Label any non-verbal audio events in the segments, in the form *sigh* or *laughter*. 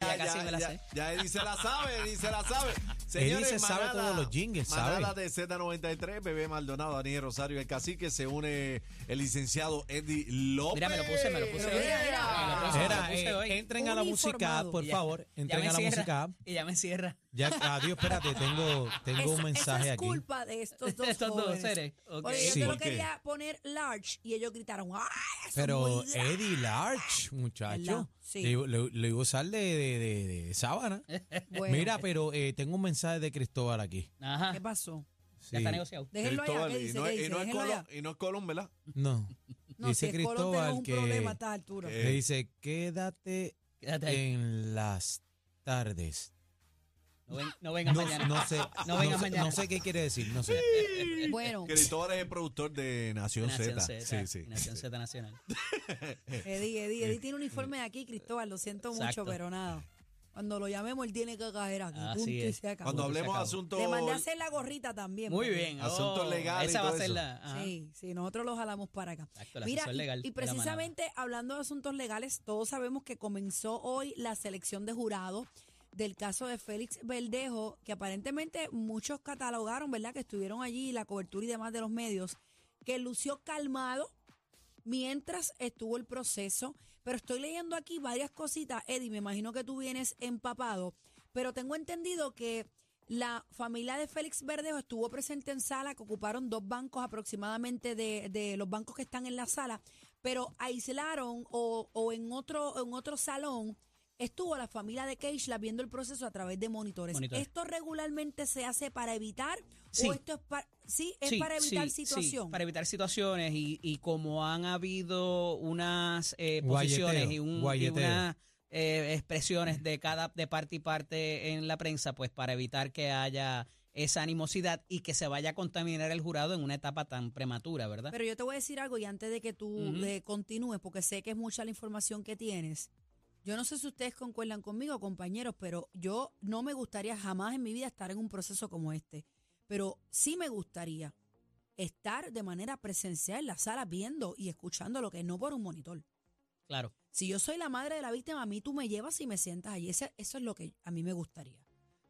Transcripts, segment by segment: casi ya, me la ya, sé. ya Eddie se la sabe, Eddie se la *laughs* sabe. Eddie se sabe todos los jingles, sabe. Manada de Z93, Bebé Maldonado, Daniel Rosario, el cacique, se une el licenciado Eddie López. Mira, me lo puse, me lo puse. Mira, Me lo puse, me lo Era, puse eh, hoy. entren a la música, Uniformado. por Ya, favor, ya entren me a la cierra, música. Y ya me cierra. Ya, adiós, espérate, tengo, tengo Eso- un mensaje eso es aquí. culpa de estos dos Estos dos jóvenes. seres, ok. Porque yo Sí. solo ¿Por qué? quería poner large y ellos gritaron, ¡ay! eso es Pero muy grande". Eddie Larch, ¿Verdad? muchacho, Sí. le, le- le iba a usar de, de, de- de sábana. Bueno, Mira, pero eh, tengo un mensaje de Cristóbal aquí. Ajá. ¿qué pasó? Sí. Ya está negociado. Déjenlo allá, Cristóbal, ¿qué y dice? no, ¿Qué es- y dice? no es Déjenlo allá. Colón, y no es Colón, ¿verdad? No, No, dice si es Colón, tenemos Cristóbal un que- problema a esta altura. Eh, le dice, quédate Quédate ahí. en las tardes. No, ven- no vengas No, mañana. *laughs* no sé, No vengas sé- mañana. no sé qué quiere decir, no sé. Bueno, Cristóbal es el productor de Nación, Nación Z. Sí, Z. sí. Nación Z Nacional. Eddie, Eddie, Eddie tiene uniforme aquí, Cristóbal, lo siento mucho, Exacto. pero nada. Cuando lo llamemos, él tiene que caer aquí. Así punto, y es. se acabó. Cuando Punto, se hablemos acabó. asuntos Le mandé a hacer la gorrita también. Muy porque- bien. Oh, Asuntos legales y Esa va a todo ser eso. la. ajá. Sí, sí, nosotros lo jalamos para acá. Exacto, el Mira, asesor y- legal y de la manada. precisamente hablando de asuntos legales, todos sabemos que comenzó hoy la selección de jurados del caso de Félix Verdejo, que aparentemente muchos catalogaron, ¿verdad?, que estuvieron allí, la cobertura y demás de los medios, que lució calmado mientras estuvo el proceso, pero estoy leyendo aquí varias cositas, Eddie, me imagino que tú vienes empapado, pero tengo entendido que la familia de Félix Verdejo estuvo presente en sala, que ocuparon dos bancos aproximadamente de, de los bancos que están en la sala, pero aislaron o, o en, otro, en otro salón estuvo la familia de Keishla viendo el proceso a través de monitores. Monitores. ¿Esto regularmente se hace para evitar Sí. o esto es, para sí, es Sí, para sí, evitar sí, situación? para evitar situaciones y, y como han habido unas eh, Guayeteo, posiciones y, un- y guayeteo. unas eh, expresiones de cada de parte y parte en la prensa, pues para evitar que haya esa animosidad y que se vaya a contaminar el jurado en una etapa tan prematura, ¿verdad? Pero yo te voy a decir algo y antes de que tú Ujú. eh, continúes, porque sé que es mucha la información que tienes. Yo no sé si ustedes concuerdan conmigo, compañeros, pero yo no me gustaría jamás en mi vida estar en un proceso como este. Pero sí me gustaría estar de manera presencial en la sala viendo y escuchando lo que no por un monitor. claro. Si yo soy la madre de la víctima, a mí tú me llevas y me sientas allí. Ese- eso es lo que a mí me gustaría.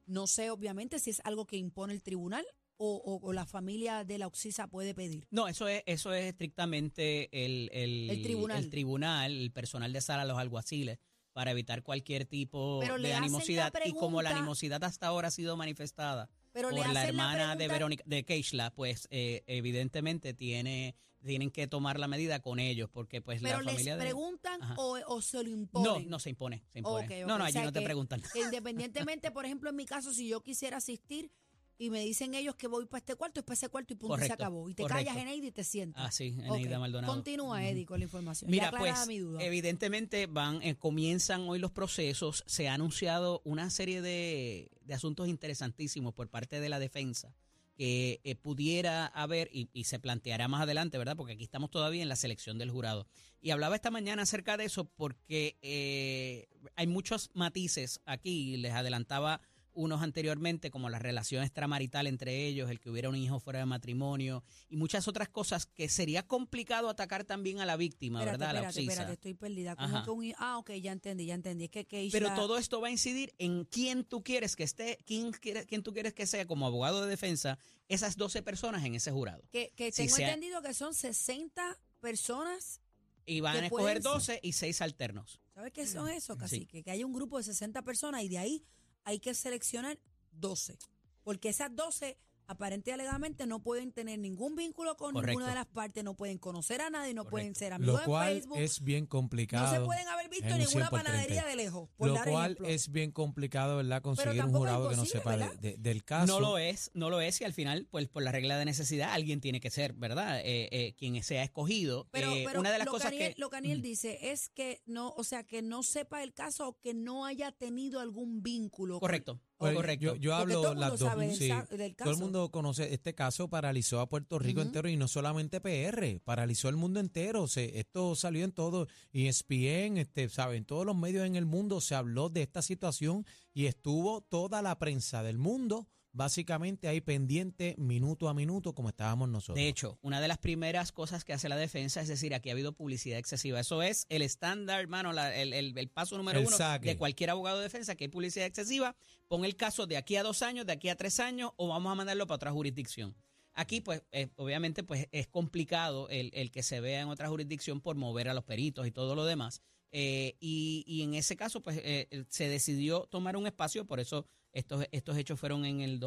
No sé, obviamente, si es algo que impone el tribunal o, o- o la familia de la Oxisa puede pedir. No, eso es, eso es estrictamente el, el, El tribunal. el tribunal, el personal de sala, los alguaciles, para evitar cualquier tipo Pero le de hacen la animosidad. y como la pregunta- animosidad hasta ahora ha sido manifestada Pero le por la hacen hermana de pregunta- Verónica, de Keishla, pues eh, evidentemente tiene, tienen que tomar la medida con ellos, porque pues Pero la familia les de preguntan Ajá. o, o se lo no, imponen. no se impone, se impone. Ok, ok, No, o no, allí sea no te que- preguntan. Que Independientemente, por ejemplo, en mi caso, si yo quisiera asistir y me dicen ellos que voy para este cuarto, es para ese cuarto y punto, y se Correcto, acabó. Y te correcto. callas, Eneida, y te sientas. Ah, sí, Eneida Ok, Maldonado. Continúa, Ujú. Eddie, con la información. Mira, ya aclarada pues, mi duda. evidentemente van, eh, comienzan hoy los procesos. Se ha anunciado una serie de, de asuntos interesantísimos por parte de la defensa que eh, pudiera haber y, y se planteará más adelante, ¿verdad? Porque aquí estamos todavía en la selección del jurado. Y hablaba esta mañana acerca de eso porque eh, hay muchos matices aquí. Les adelantaba unos anteriormente, como las relaciones extramarital entre ellos, el que hubiera un hijo fuera de matrimonio y muchas otras cosas que sería complicado atacar también a la víctima, espérate, ¿verdad? A la espérate, espérate, obsisa. estoy perdida. ¿Cómo Ajá. que un- ah, ok, ya entendí, ya entendí. Es que Keisha... Pero todo esto va a incidir en quién tú quieres que esté, quién, quiere- quién tú quieres que sea como abogado de defensa, esas 12 personas en ese jurado. Que, que si tengo sea- entendido que son 60 personas. Y van Que a escoger pueden ser. 12 y 6 alternos. ¿Sabes qué son esos, Sí. cacique? Que hay un grupo de 60 personas y de ahí hay que seleccionar 12. Porque esas 12 aparente y alegadamente no pueden tener ningún vínculo con Correcto. ninguna de las partes, no pueden conocer a nadie, no pueden ser amigos Lo en cual Facebook, es bien complicado. no se pueden haber visto en en un ninguna 100 por panadería 30. de lejos, por Lo dar cual ejemplo. es bien complicado, ¿verdad? Conseguir un tampoco es jurado que no imposible, sepa de- ¿verdad? de- del caso. No lo es, no lo es y al final, pues por la regla de necesidad, alguien tiene que ser, ¿verdad? Eh, eh, quien sea escogido. pero, Eh, pero una de las lo, cosas que Aniel, que... lo que Aniel Ujú. dice es que no, o sea, que no sepa el caso o que no haya tenido algún vínculo. con- Correcto, Pues correcto. Yo, yo Porque hablo todo el mundo las dos. sabe del sí. sa- del Todo el caso. mundo conoce este caso, paralizó a Puerto Rico Ujú. entero y no solamente PR, paralizó el mundo entero. Se, esto salió en todo, E ESPN, este, sabe, en todos los medios en el mundo se habló de esta situación y estuvo toda la prensa del mundo básicamente ahí pendiente minuto a minuto como estábamos nosotros. De hecho, una de las primeras cosas que hace la defensa es decir, aquí ha habido publicidad excesiva. Eso es el estándar, hermano, la- el, el- el paso número El uno saque. de cualquier abogado de defensa, que hay publicidad excesiva. Pon el caso de aquí a dos años, de aquí a tres años, o vamos a mandarlo para otra jurisdicción. Aquí, pues, eh, obviamente, pues es complicado el, el que se vea en otra jurisdicción por mover a los peritos y todo lo demás. Eh, y, y en ese caso, pues, eh, eh, se decidió tomar un espacio, por eso estos, estos hechos fueron en el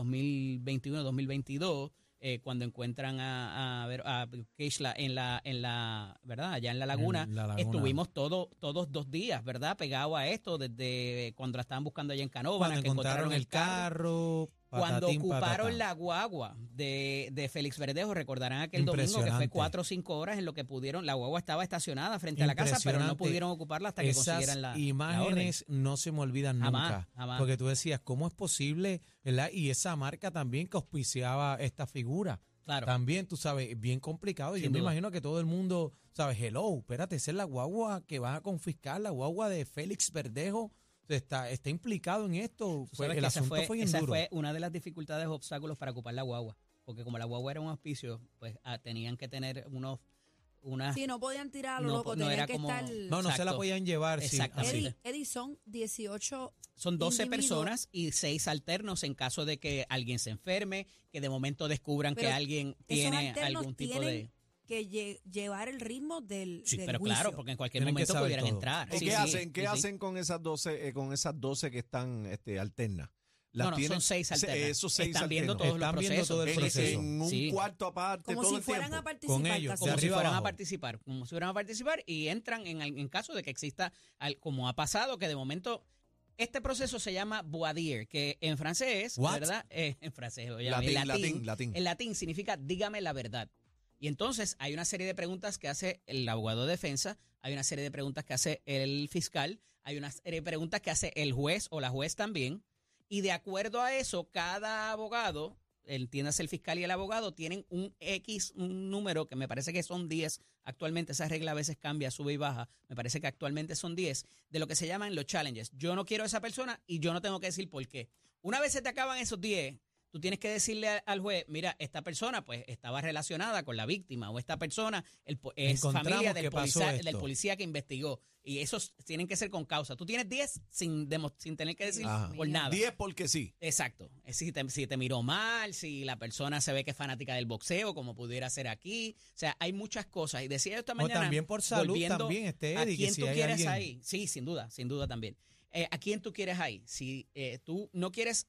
2021, 2022, eh, cuando encuentran a, a, Ver- a Keishla en la, en la, ¿verdad? Allá en la laguna. En la laguna. Estuvimos todo, todos dos días, ¿verdad? Pegado a esto, desde cuando la estaban buscando allá en Canóvana, cuando que encontraron el carro carro, cuando patatín, ocuparon patatán. la guagua de, de Félix Verdejo, recordarán aquel domingo que fue Impresionante. cuatro o cinco horas en lo que pudieron, la guagua estaba estacionada frente a la casa, pero no Impresionante. pudieron ocuparla hasta que Esas consiguieran la la orden. imágenes no se me olvidan Jamás, nunca. jamás. Porque tú decías, ¿cómo es posible? ¿verdad? Y esa marca también que auspiciaba esta figura. Claro. También, tú sabes, bien complicado. Yo Sin me duda. imagino que todo el mundo, ¿sabes? Hello, espérate, esa es la guagua que van a confiscar, la guagua de Félix Verdejo. Está, está implicado en esto. Tú Fue- sabes el que esa asunto fue, fue, bien esa duro. fue una de las dificultades, obstáculos para ocupar la guagua, porque como la guagua era un auspicio, pues ah, tenían que tener unos, unas... Si no podían tirar a lo No, loco, no era tenían que como- estar... no, no se la Exacto. podían llevar. sí, Exactamente. así. Eddie, Eddie, son 18 Son 12 individuos. personas y seis alternos en caso de que alguien se enferme, que de momento descubran Pero que alguien tiene alternos algún tipo tienen de... que lle- llevar el ritmo del, Sí, del pero juicio. claro, porque en cualquier Tienen que momento saber pudieran todo. entrar. ¿Y Sí, qué sí, hacen, qué sí, sí. hacen con esas 12, eh, con esas 12 que están este, alternas? No, no, son seis se- alternas. Esos seis Están viendo alternos. todos los Están viendo procesos. todo el En- proceso. En un Sí. cuarto aparte como todo si el fueran tiempo. a participar. Con ellos, Casimiro. como de si arriba fueran a abajo. participar, como si fueran a participar y entran en, al- en caso de que exista, al- como ha pasado, que de momento este proceso se llama boadir, que en francés, What? ¿verdad? Eh, en francés, oye, Latín, en latín, latín. En latín significa dígame la verdad. Y entonces hay una serie de preguntas que hace el abogado de defensa, hay una serie de preguntas que hace el fiscal, hay una serie de preguntas que hace el juez o la juez también. Y de acuerdo a eso, cada abogado, entiéndase el fiscal y el abogado, tienen un X, un número que me parece que son 10. Actualmente esa regla a veces cambia, sube y baja. Me parece que actualmente son 10 de lo que se llaman los challenges. Yo no quiero a esa persona y yo no tengo que decir por qué. Una vez se te acaban esos 10, tú tienes que decirle a- al juez, mira, esta persona pues estaba relacionada con la víctima o esta persona el po- es Encontramos familia del que pasó policía, esto. del policía que investigó. Y esos tienen que ser con causa. Tú tienes 10 sin, demo- sin tener que decir Ajá. por nada. 10 porque sí. Exacto. Es Si te, si te miró mal, si la persona se ve que es fanática del boxeo, como pudiera ser aquí. O sea, hay muchas cosas. Y decía yo esta O mañana. también por salud, volviendo también, este ¿A Eddie, que quién si tú hay quieres alguien- ahí? Sí, sin duda, sin duda también. Eh, ¿A quién tú quieres ahí? Si eh, tú no quieres,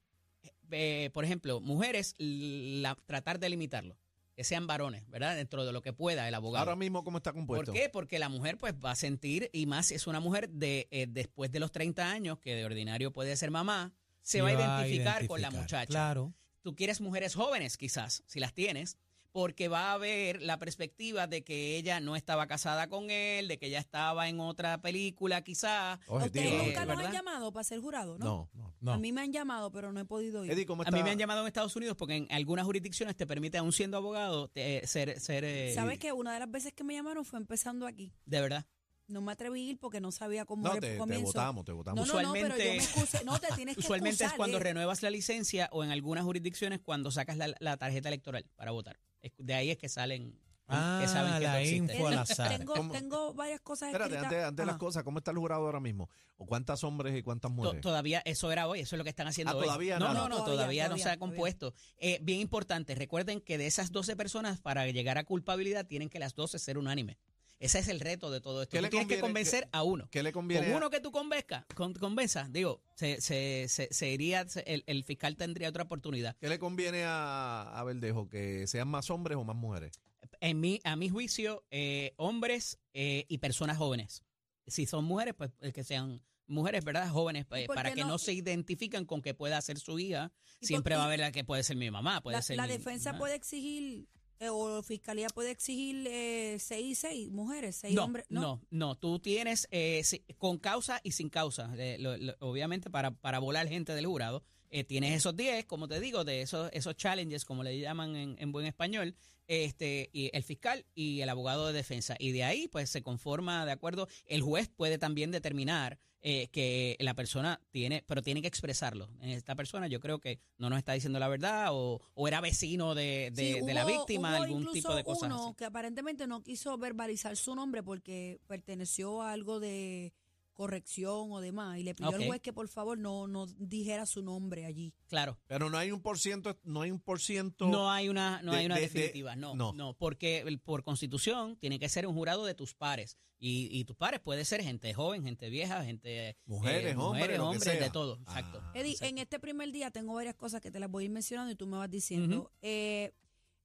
eh, por ejemplo, mujeres, la- tratar de limitarlo. Que sean varones, ¿verdad? Dentro de lo que pueda el abogado. Ahora mismo, ¿cómo está compuesto? ¿Por qué? Porque la mujer pues va a sentir, y más si es una mujer de eh, después de los 30 años, que de ordinario puede ser mamá, se Y va a identificar, con la identificar, muchacha. Claro. Tú quieres mujeres jóvenes quizás, si las tienes, porque va a haber la perspectiva de que ella no estaba casada con él, de que ella estaba en otra película quizás. ¿A Objetivo, ustedes digo, nunca eh, los ¿verdad? han llamado para ser jurado, ¿no? No, no. No. A mí me han llamado, pero no he podido ir. Eddie, ¿cómo A está? mí me han llamado en Estados Unidos porque en algunas jurisdicciones te permite, aún siendo abogado, te- eh, ser, ser eh, ¿Sabes que Una de las veces que me llamaron fue empezando aquí. de verdad. No me atreví a ir porque no sabía cómo No, era te, el te comienzo. votamos, te no, votamos. no, no, pero yo Usualmente- me excusé. No, te tienes que *laughs* Usualmente es excusar, cuando eh. renuevas la licencia o en algunas jurisdicciones cuando sacas la, la tarjeta electoral para votar. Es- De ahí es que salen, Ah, que saben que la tú existes. info a la Tengo- sal. Tengo, ¿Cómo? tengo varias cosas Espérate, escritas. antes, antes de las Ajá. cosas, ¿cómo está el jurado ahora mismo? ¿O cuántos hombres y cuántas Ah. To- mujeres? todavía, eso era hoy, eso es lo que están haciendo Ah, hoy. todavía no, nada. no, no, todavía, Todavía, no se todavía, ha compuesto. Eh, bien importante, recuerden que de esas 12 personas para llegar a culpabilidad tienen que las 12 ser unánime. Ese es el reto de todo esto. ¿Qué Tú le tienes que conviene? convencer a uno. ¿Qué le Con conviene? a- uno que tú convenzas, con, convenzas digo, se, se, se, se iría, se- el- el fiscal tendría otra oportunidad. ¿Qué le conviene a, a Verdejo? ¿Que sean más hombres o más mujeres? en mi, a mi juicio, eh, hombres eh, y personas jóvenes. Si son mujeres, pues eh, que sean mujeres, ¿verdad? Jóvenes, ¿Y eh, por para qué que no? no? se identifican con que pueda ser su hija. ¿Y Siempre por- va a y haber la que puede ser mi mamá, puede la, ser la mi- defensa ¿verdad? puede exigir, eh, o fiscalía puede exigir eh, seis y seis mujeres, seis No, hombres. no, no, Tú tienes eh, si- con causa y sin causa. Eh, lo- lo- obviamente, para, para volar gente del jurado, eh, tienes esos 10, como te digo, de esos, esos challenges, como le llaman en, en buen español, este, y el fiscal y el abogado de defensa. Y de ahí, pues, se conforma de acuerdo. El juez puede también determinar eh, que la persona tiene, pero tiene que expresarlo. Esta persona yo creo que no nos está diciendo la verdad o, o era vecino de, de- Sí, de la hubo- víctima, hubo algún incluso tipo de cosas uno así. que aparentemente no quiso verbalizar su nombre porque perteneció a algo de corrección o demás y le pidió Ok. al juez que por favor no, no dijera su nombre allí. Claro. Pero no hay un por ciento, no hay un por ciento. No hay una, no de- hay una de- de- definitiva, no, no. no, porque el- por constitución tiene que ser un jurado de tus pares y, y tus pares puede ser gente joven, gente vieja, gente eh, Mujeres, hombres, mujeres, lo que hombres, sea. de todo, Ah. exacto. Eddie, exacto. en este primer día tengo varias cosas que te las voy a ir mencionando y tú me vas diciendo. Eh,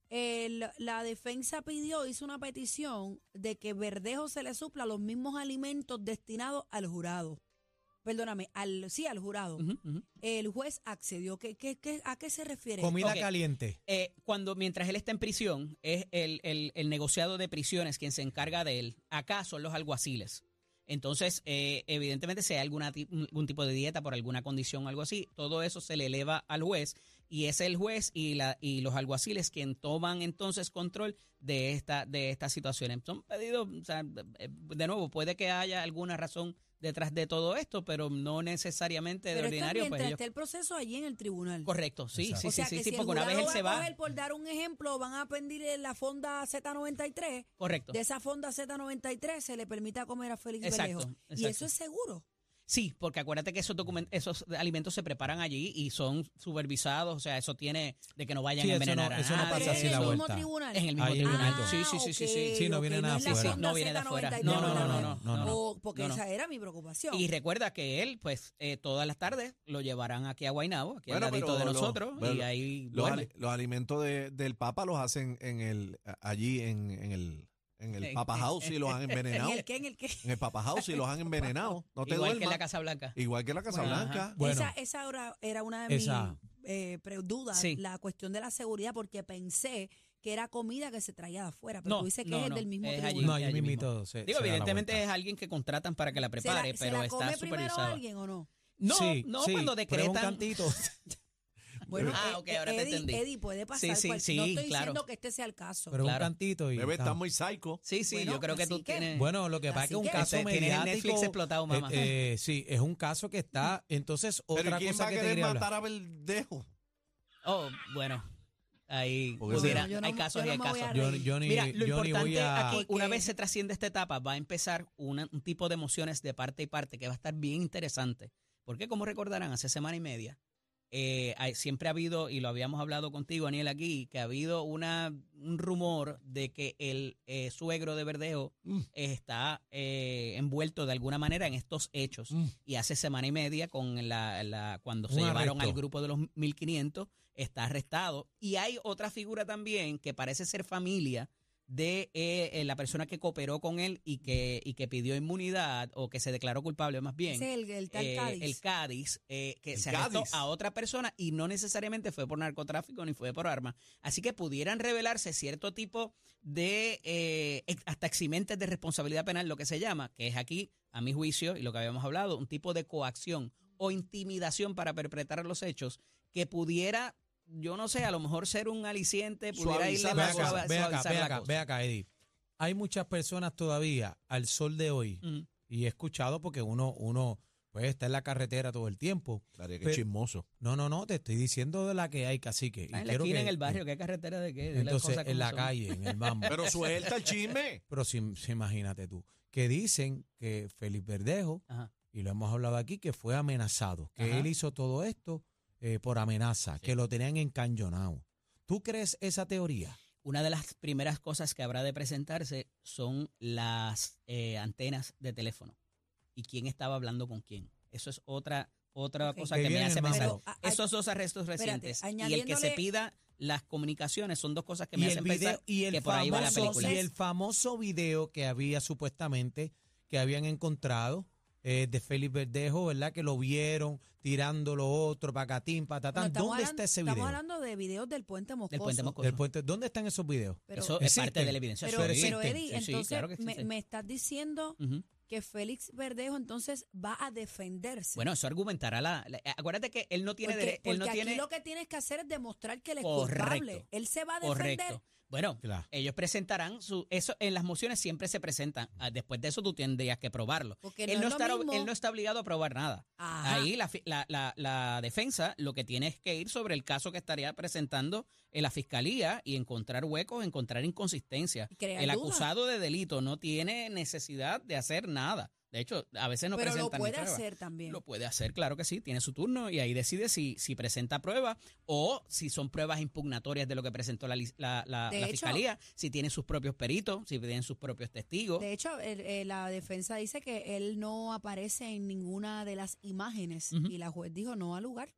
el- la defensa pidió, hizo una petición de que Verdejo se le supla los mismos alimentos destinados al jurado. Perdóname, al sí, al jurado. Ujú, ujú. El juez accedió. ¿Qué, qué, qué- a qué se refiere? Comida Ok. caliente. Eh, cuando mientras él está en prisión, es el, el- el negociado de prisiones quien se encarga de él. Acá son los alguaciles. Entonces, eh, evidentemente, si hay alguna, ti- algún tipo de dieta por alguna condición o algo así, todo eso se le eleva al juez y es el juez y, la, y los alguaciles quien toman entonces control de esta, de estas situaciones. Son pedidos, o sea, eh, de nuevo, puede que haya alguna razón detrás de todo esto, pero no necesariamente de Pero esto es ordinario. mientras Pues ellos- esté el proceso allí en el tribunal. Correcto, sí, Exacto. sí, o sea sí, que sí, sí, si el porque una vez él jurado se va a va, coger, por dar un ejemplo, van a pendirle la fonda Z93. correcto. De esa fonda Z93 se le permita comer a Félix Exacto, Verdejo. Y exacto. eso es seguro. Sí, porque acuérdate que esos document- esos alimentos se preparan allí y son supervisados, o sea, eso tiene de que no vayan Sí, a eso no- envenenar a eso no nadie, pasa así eso- la Ah, en el vuelta. mismo tribunal. Ah, En el mismo Ahí tribunal. mismo. sí, sí, sí, sí, sí. ok, Sí, no viene ok, nada es la afuera. segunda No viene de afuera. Z93, No, no, no, nada no, más. no, no, no. O- Oh, porque No, no. esa era mi preocupación. Y recuerda que él, pues, eh, todas las tardes lo llevarán aquí a Guaynabo, aquí Bueno, al ladito pero de lo- nosotros, y bueno, ahí Los, duerme. ali- los alimentos de- del Papa los hacen en el, a- allí en, en el, en el *laughs* En- Papa House y los han ¿En envenenado. el qué? ¿En el qué? En el Papa House y los han envenenado. No te igual que en duermas. la Casa Blanca. Igual que la Casa Bueno, Blanca. ajá. Bueno. Esa, esa era, era una de mis Esa. eh, pre- dudas, Sí. la cuestión de la seguridad, porque pensé que era comida que se traía de afuera, pero No, tú dices que no, es el no, del mismo es allí. tribunal. No, yo allí me mismo. invito. se- Digo, se da la evidentemente vuelta. es alguien que contratan para que la ¿Se la- prepare, se pero la come está primero supervisada. alguien o no? No, Sí, no, sí, cuando prueba un decretan. cantito. *laughs* Bueno, Ah, eh, ok, ahora te Eddie, entendí. Eddie, puede pasar. sí, cual- sí, no estoy claro. diciendo que este sea el caso. Pero un Claro. cantito y. Bebé está estamos. muy psycho. Sí, sí, Bueno, yo creo que así tú que- tienes. Bueno, lo que pasa Así es que es un que- caso Este, tienes el mediático. Netflix explotado, mamá. eh, eh, sí, es un caso que *laughs* está. Entonces, Pero otra ¿quién cosa va a que te querer quería hablar. matar a Verdejo? Oh, bueno. Ahí Porque pudiera- yo no- hay casos yo no y hay me voy a casos. reír. Yo, yo ni, Mira, lo yo ni voy importante a. aquí, Porque- una vez se trasciende esta etapa, va a empezar una- un tipo de emociones de parte y parte que va a estar bien interesante. Porque, como recordarán, hace semana y media, eh, hay- siempre ha habido, y lo habíamos hablado contigo, Daniel, aquí, que ha habido una, un rumor de que el eh, suegro de Verdejo Mm. está eh, envuelto de alguna manera en estos hechos. Mm. Y hace semana y media, con la, la- cuando se Un llevaron arresto. al grupo de los 1500, está arrestado. Y hay otra figura también que parece ser familia de eh, eh, la persona que cooperó con él y que, y que pidió inmunidad o que se declaró culpable más bien. Ese es el, el tal eh, Cádiz. el Cádiz, eh, que El se arrestó Cádiz. a otra persona y no necesariamente fue por narcotráfico ni fue por armas. Así que pudieran revelarse cierto tipo de eh, ex- hasta eximentes de responsabilidad penal, lo que se llama, que es aquí, a mi juicio, y lo que habíamos hablado, un tipo de coacción o intimidación para perpetrar los hechos que pudiera, yo no sé, a lo mejor ser un aliciente, pudiera irle Suavizar Ve la más cosa. suave- acá, ve acá, suavizar ve la acá, cosa. ve acá, Eddie. Hay muchas personas todavía al sol de hoy, Ujú. y he escuchado porque uno, uno pues, está en la carretera todo el tiempo. Daría que Pero- chismoso. No, no, no, te estoy diciendo de la que hay, cacique. y Ah, en la quiero esquina, que- eh, en el barrio, ¿qué carretera de qué? Dile las Entonces, cosas como en la son. calle, en el mambo. Pero suelta el *laughs* chisme. Pero si, si imagínate tú, que dicen que Félix Verdejo, Ajá. y lo hemos hablado aquí, que fue amenazado, que Ajá. él hizo todo esto eh, por amenaza, que lo tenían encañonado. ¿Tú crees esa teoría? Una de las primeras cosas que habrá de presentarse son las eh, antenas de teléfono y quién estaba hablando con quién. Eso es otra otra Ok. cosa Que que me vienen hace en pensar. mano. Pero, a- a- Esos dos arrestos Espérate, recientes y el que se añadiéndole- pida las comunicaciones son dos cosas que y me el hacen pensar video y el que por ahí va la famoso película. y el famoso video que había supuestamente que habían encontrado eh, de Félix Verdejo, ¿verdad? Que lo vieron tirando lo otro, pacatín, No, patatán. estamos ¿Dónde hablando- está ese Estamos video? hablando de videos del puente Moscoso. puente Moscoso. Del puente, ¿Dónde están esos videos? Pero, Eso es Existen. parte de la evidencia. pero, eso pero, sí. existe. Eddie, Sí, sí, entonces claro que me, existe. me estás diciendo Ujú. que Félix Verdejo entonces va a defenderse. Bueno, eso argumentará la, la- acuérdate que él no tiene porque, derecho, él no porque aquí tiene lo que tienes que hacer es demostrar que él es Correcto. culpable. Él se va a defender. correcto. Bueno, Claro. ellos presentarán su eso en las mociones siempre se presentan. Ah, Después de eso tú tendrías que probarlo. Porque no Él es no, lo está, mismo. él no está obligado a probar nada. Ajá. Ahí la, fi- la- la- la defensa lo que tiene es que ir sobre el caso que estaría presentando en la fiscalía y encontrar huecos, encontrar inconsistencias. Y crear El dudas. acusado de delito no tiene necesidad de hacer nada. De hecho, a veces no pero lo presentan ni puede pruebas. hacer también. Lo puede hacer, claro que sí, tiene su turno y ahí decide si, si presenta pruebas o si son pruebas impugnatorias de lo que presentó la, li- la- la- De la hecho- fiscalía, si tiene sus propios peritos, si tienen sus propios testigos. De hecho, el- eh, la defensa dice que él no aparece en ninguna de las imágenes Ujú. y la juez dijo no al lugar,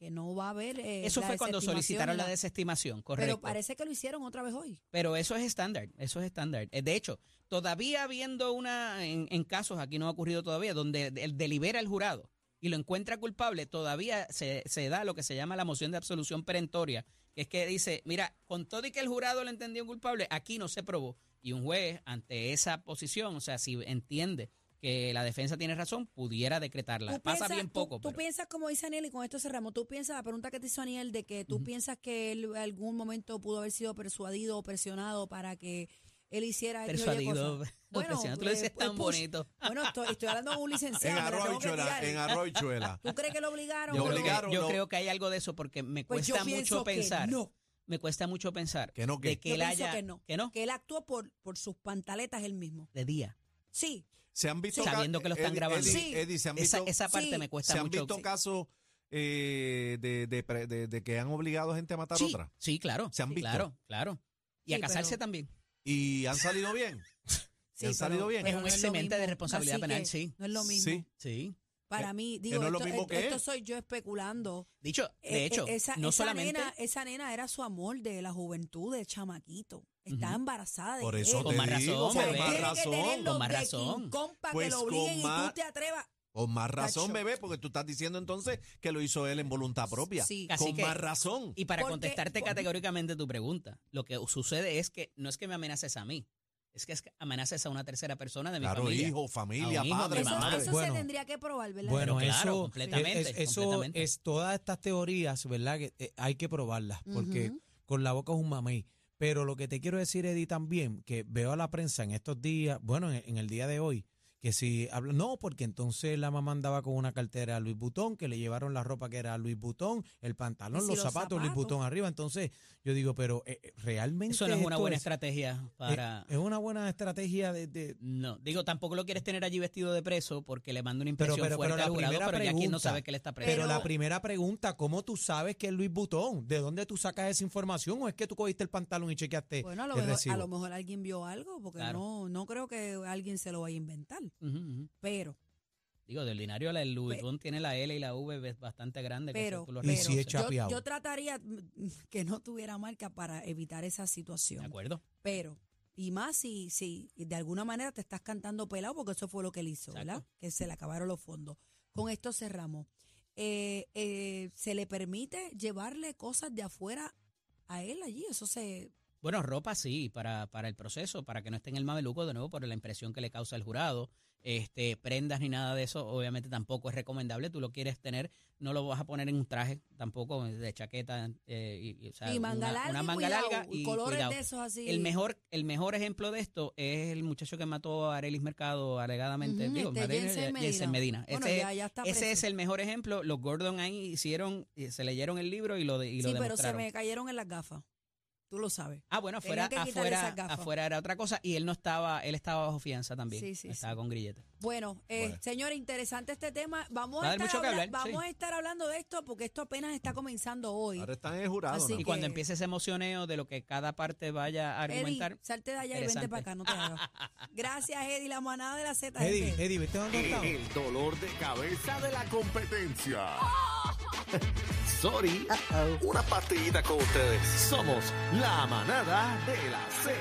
que no va a haber. eh, Eso la fue cuando desestimación solicitaron y la la- desestimación, correcto. Pero parece que lo hicieron otra vez hoy. Pero eso es estándar, eso es estándar. Eh, De hecho, todavía habiendo una, en, en casos, aquí no ha ocurrido todavía, donde el delibera el jurado y lo encuentra culpable, todavía se, se da lo que se llama la moción de absolución perentoria, que es que dice, mira, con todo y que el jurado lo entendió culpable, aquí no se probó. Y un juez, ante esa posición, o sea, si entiende que la defensa tiene razón, pudiera decretarla. Tú Pasa piensas- bien tú- poco. Tú, pero- piensas, como dice Aniel, y con esto cerramos, tú piensas, la pregunta que te hizo Aniel, de que tú Ujú. piensas que él en algún momento pudo haber sido persuadido o presionado para que él hiciera X o Y persuadido, *laughs* cosa. Bueno, profesional, tú lo eh, dices tan push. bonito. Bueno, estoy, estoy hablando de *laughs* un En licenciado. pero tengo que Arroyuela, tirar. en Arroyuela. ¿Tú crees que lo obligaron? Lo Yo, creo que- obligaron, yo no. creo que hay algo de eso porque me Pues yo cuesta pienso mucho que pensar. no. Me cuesta mucho pensar Que no, que. de que Yo él pienso haya que no. Que él actuó por, por sus pantaletas él mismo. de día. Sí, Se han visto. Sí. ca- Sabiendo que lo están Eddie- grabando. Eddie- Sí. Eddie, se han Esa, visto- esa parte sí. me cuesta se han mucho. visto Sí. casos eh, de, de pre- de- de que han obligado a gente a matar sí, otra. sí, claro. Se han sí, visto. Claro, claro. Y Sí, a casarse pero- también. Y han salido bien. sí. han salido bien. Es un pues lo excelente de mismo. responsabilidad Así que penal, sí. No es lo mismo. Sí. Eh, Sí. Para mí, digo, no es lo esto, eh, mismo que esto él. soy yo especulando. Dicho, de Eh, hecho, eh, esa, no esa solamente Nena, esa nena era su amor de la juventud, de chamaquito. Está Ujú. embarazada de Por él. eso Con te más digo, razón, con bebé. más Tiene Tiene que razón. tener Con los más de razón. King Kong pa' que Pues lo con obliguen y tú más- te atrevas. Con más razón, Tacho. bebé, porque tú estás diciendo entonces que lo hizo él en voluntad propia. Sí. Así Con que- más razón. Y para Porque- contestarte porque- categóricamente tu pregunta, lo que sucede es que no es que me amenaces a mí, es que, es que amenaces a una tercera persona de mi Claro, familia. hijo, familia, A un hijo, padre, mi Eso, mamá. madre. eso Bueno. se tendría que probar, ¿verdad? Bueno, Pero claro, eso, completamente, es- eso completamente. es todas estas teorías, ¿verdad? Que eh, hay que probarlas, porque Ujú. con la boca es un mamey. Pero lo que te quiero decir, Eddie, también, que veo a la prensa en estos días, bueno, en, en el día de hoy, que si habla, no, porque entonces la mamá andaba con una cartera a Luis Butón, que le llevaron la ropa que era Luis Butón, el pantalón, Y si los, los zapatos, Luis zapatos. Butón arriba. Entonces, yo digo, pero eh, eh, realmente. Eso no es una esto pues. buena estrategia para... eh, Es una buena estrategia de- de, No, digo, tampoco lo quieres tener allí vestido de preso porque le manda una Pero- impresión pero- fuerte pero la al jurado, primera pero ya quien no pregunta, sabe que le está preso. Pero, Pero- la primera pregunta, ¿cómo tú sabes que es Luis Butón? ¿De dónde tú sacas esa información? ¿O es que tú cogiste el pantalón y chequeaste Bueno, a lo, el mejor, recibo? a lo mejor alguien vio algo, porque eh, Claro. no, no creo que alguien se lo vaya a inventar. Ujú, ujú. Pero, Digo, del ordinario la el Louis Pe- Vuitton tiene la L y la V es bastante grande. que pero, eso tú lo Y si pero es reconoces. chapeado. yo, yo trataría *laughs* mm, que no tuviera marca para evitar esa ¿De situación. acuerdo? Pero, y más si, si de alguna manera te estás cantando pelado, porque eso fue lo que él hizo, Exacto. ¿verdad? Que se le acabaron los fondos. Con esto cerramos. Eh, eh, ¿Se le permite llevarle cosas de afuera a él allí? Eso se... Bueno, ropa sí, para, para el proceso, para que no esté en el mameluco de nuevo por la impresión que le causa el jurado. Este, prendas ni nada de eso, obviamente tampoco es recomendable. Tú lo quieres tener, no lo vas a poner en un traje tampoco, de chaqueta. eh, y, y, o sea, y manga una, larga una y manga cuidado, larga y colores cuidado. de esos así. El mejor, el mejor ejemplo de esto es el muchacho que mató a Arelis Mercado alegadamente. Ujú, digo, este Medina, Jensen Medina. Jensen Medina. Bueno, ese ya, ya está ese preso. es el mejor ejemplo. Los Gordon ahí hicieron, eh, se leyeron el libro y lo, de- y lo sí, pero se demostraron. me cayeron en las gafas. Tú lo sabes. Ah, bueno, afuera, Tenían que quitarle afuera, esas gafas. afuera era otra cosa y él no estaba, él estaba bajo fianza también. Sí, sí, estaba sí. con grillete. Bueno, eh, Bueno. señores, interesante este tema. Vamos, Va a a dar estar, mucho que habla- hablar, sí. vamos a estar hablando de esto porque esto apenas está comenzando hoy. Ahora están en el jurado. Así ¿no? Y cuando que- empiece ese emocioneo de lo que cada parte vaya a Eddie, argumentar, salte de allá y vente Interesante. para acá, no te *laughs* hagas. Gracias, Eddie, la manada de la Z. Eddie, gente. Eddie, ¿viste dónde estaba? El dolor de cabeza de la competencia. Sorry. Una partidita con ustedes. Somos la manada de la C.